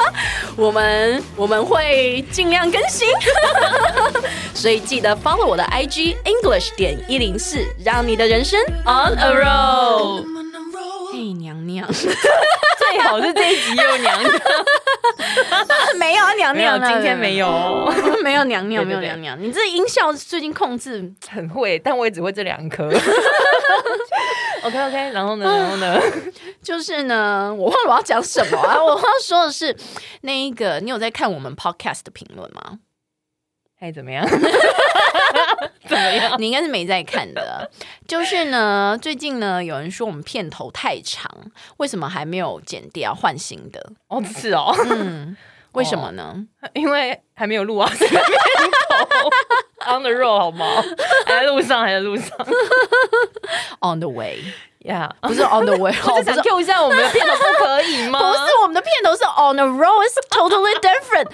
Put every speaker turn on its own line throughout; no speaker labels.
我们我们会尽量更新， 所以记得 follow 我的 IG English 点一零四，让你的人生 on a roll。嘿，娘娘，
最 好是这一集有娘娘，
没有啊娘
没有
娘啊，
今天没有，
没有娘娘，
对对对
没有娘娘，你这音效最近控制
很会，但我也只会这两 颗。OK OK，然后呢，然后呢，
就是呢，我忘了我要讲什么啊！我要说的是，那一个你有在看我们 podcast 的评论吗？
哎，怎么样？怎么样？
你应该是没在看的。就是呢，最近呢，有人说我们片头太长，为什么还没有剪掉换新的？
哦，是哦，
嗯，为什么呢？
因为 还没有录啊，所以没有 on the road 好吗？ 还在路上，还在路上。
On the way，
呀、yeah.，
不是 on the way，哦，不
我只
是
想 Q 一下我们的片头， 不可以吗？
不是我们的片头是 on the road，is totally different。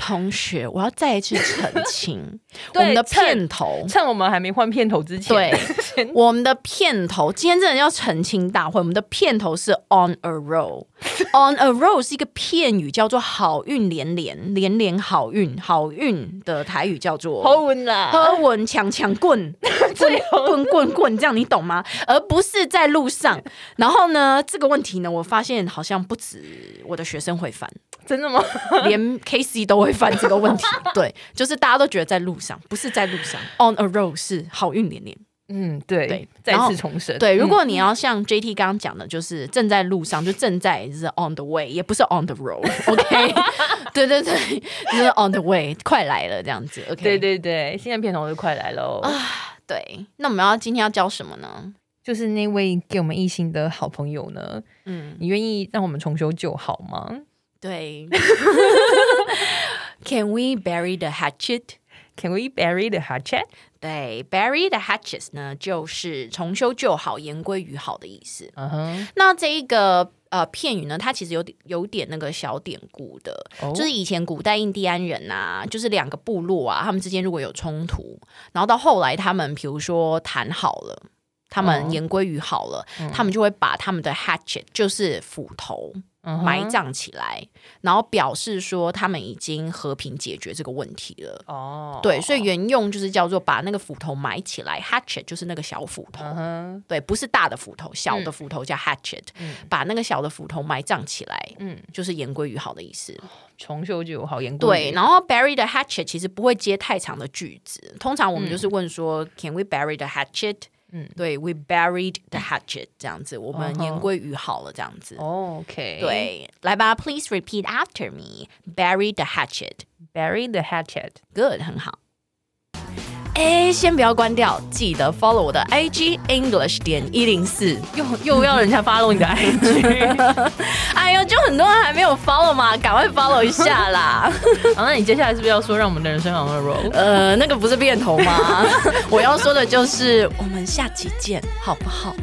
同学，我要再一次澄清，我
对
们的
趁
片头
趁我们还没换片头之前，
对，
嗯
我们的片头今天真的要澄清大会，我们的片头是 on a roll。on a roll 是一个片语，叫做好运连连，连连好运，好运的台语叫做。
好稳啦，
喝文抢抢棍，棍棍棍棍，这样你懂吗？而不是在路上。然后呢，这个问题呢，我发现好像不止我的学生会犯，
真的吗？
连 K C 都会犯这个问题。对，就是大家都觉得在路上，不是在路上。On a roll 是好运连连。
嗯，对，
对
再
然后
次重申，
对，如
嗯
果你要像 JT 刚刚讲的，就是正在路上，就正在就是 on the way，也不是 on the road，OK？、对对对，就是 on the way，快来了这样子，OK？
对对对，现在片头就快来喽、
对那我们要今天要教什么呢？
就是那位给我们一星的好朋友呢，
嗯，
你愿意让我们重修旧好吗
对。Can we bury the hatchet？
？Can we bury the hatchet？
对，bury the hatchet 呢，就是重修旧好、言归于好的意思。
嗯哼，
那这一个呃片语呢，它其实有点有点那个小典故的，
哦
就是以前古代印第安人啊，就是两个部落啊，他们之间如果有冲突，然后到后来他们比如说谈好了。他
哦
们言归于好了，他们就会把他们的 hatchet 就是斧头
嗯哼
埋葬起来，然后表示说他们已经和平解决这个问题了。
哦，
对，所以原用就是叫做把那个斧头埋起来，hatchet 就是那个小斧头。
嗯哼，
对，不是大的斧头，小的斧头叫 hatchet，、把那个小的斧头埋葬起来，
嗯
嗯，就是言归于好的意思。
重修旧好，言归于
对，然后 bury the hatchet 其实不会接太长的句子，通常我们就是问说、c a n we bury the hatchet？
嗯
嗯，哦对，we buried the hatchet，这样子，我们言归于好了，这样子。
哦 OK，
对，来吧，please repeat after me. Bury the hatchet.
，bury the hatchet。
Good，很好。哎，先不要关掉，记得 follow 我的 IG English 点一零四。
又又要人家 follow 你的 IG，
哎呦，就很多人还没有 follow 嘛，赶快 follow 一下啦。
好，啊那你接下来是不是要说让我们的人生 on a roll？
呃，那个不是变头 吗？我要说的就是，我们下期见，好不好？